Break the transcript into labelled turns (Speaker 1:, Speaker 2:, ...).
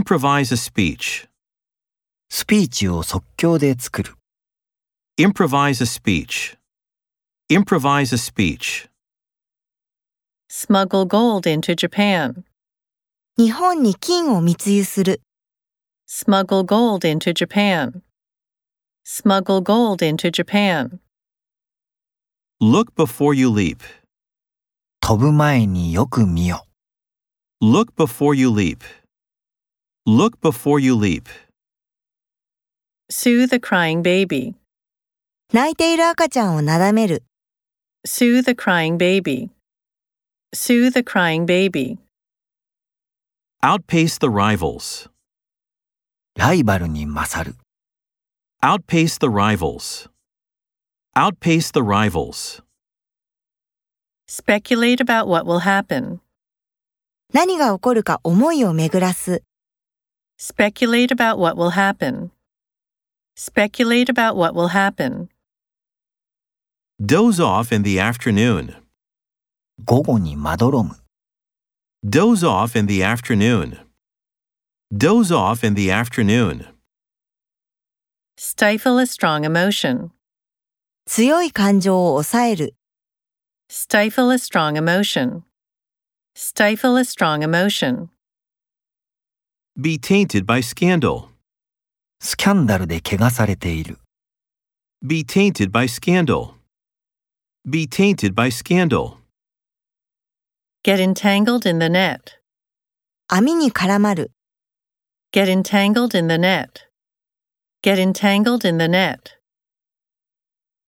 Speaker 1: Improvise a speech.
Speaker 2: スピーチを即興で作る。
Speaker 1: Improvise a speech. Improvise a speech.
Speaker 3: Smuggle gold into Japan.
Speaker 4: 日本に金を密輸する。
Speaker 3: Smuggle gold into Japan. Smuggle gold into Japan.
Speaker 1: Look before you leap.
Speaker 2: 飛ぶ前によく見よ。
Speaker 1: Look before you leap. Look before you leap.
Speaker 3: Soothe the crying baby.
Speaker 4: 泣いている赤ちゃんをなだめる。
Speaker 3: Soothe the crying baby. Soothe the crying baby.
Speaker 1: Outpace the rivals.
Speaker 2: ライバルに勝る。
Speaker 1: Outpace the rivals. Outpace the rivals.
Speaker 3: Speculate about what will happen.
Speaker 4: 何が起こるか思いを巡らす。
Speaker 3: Speculate about what will happen. Speculate about what will happen.
Speaker 1: Doze off in the afternoon.
Speaker 2: 午後にまどろむ。
Speaker 1: Doze off in the afternoon. Doze off in the afternoon.
Speaker 3: Stifle a strong emotion.
Speaker 4: 強い感情を抑える。
Speaker 3: Stifle a strong emotion. Stifle a strong emotion.
Speaker 1: Be tainted by scandal.
Speaker 2: スキャンダルで汚されている。
Speaker 1: Be tainted by scandal. Be tainted by scandal.
Speaker 3: Get entangled in the net.
Speaker 4: 網に絡まる。
Speaker 3: Get entangled in the net. Get entangled in the net.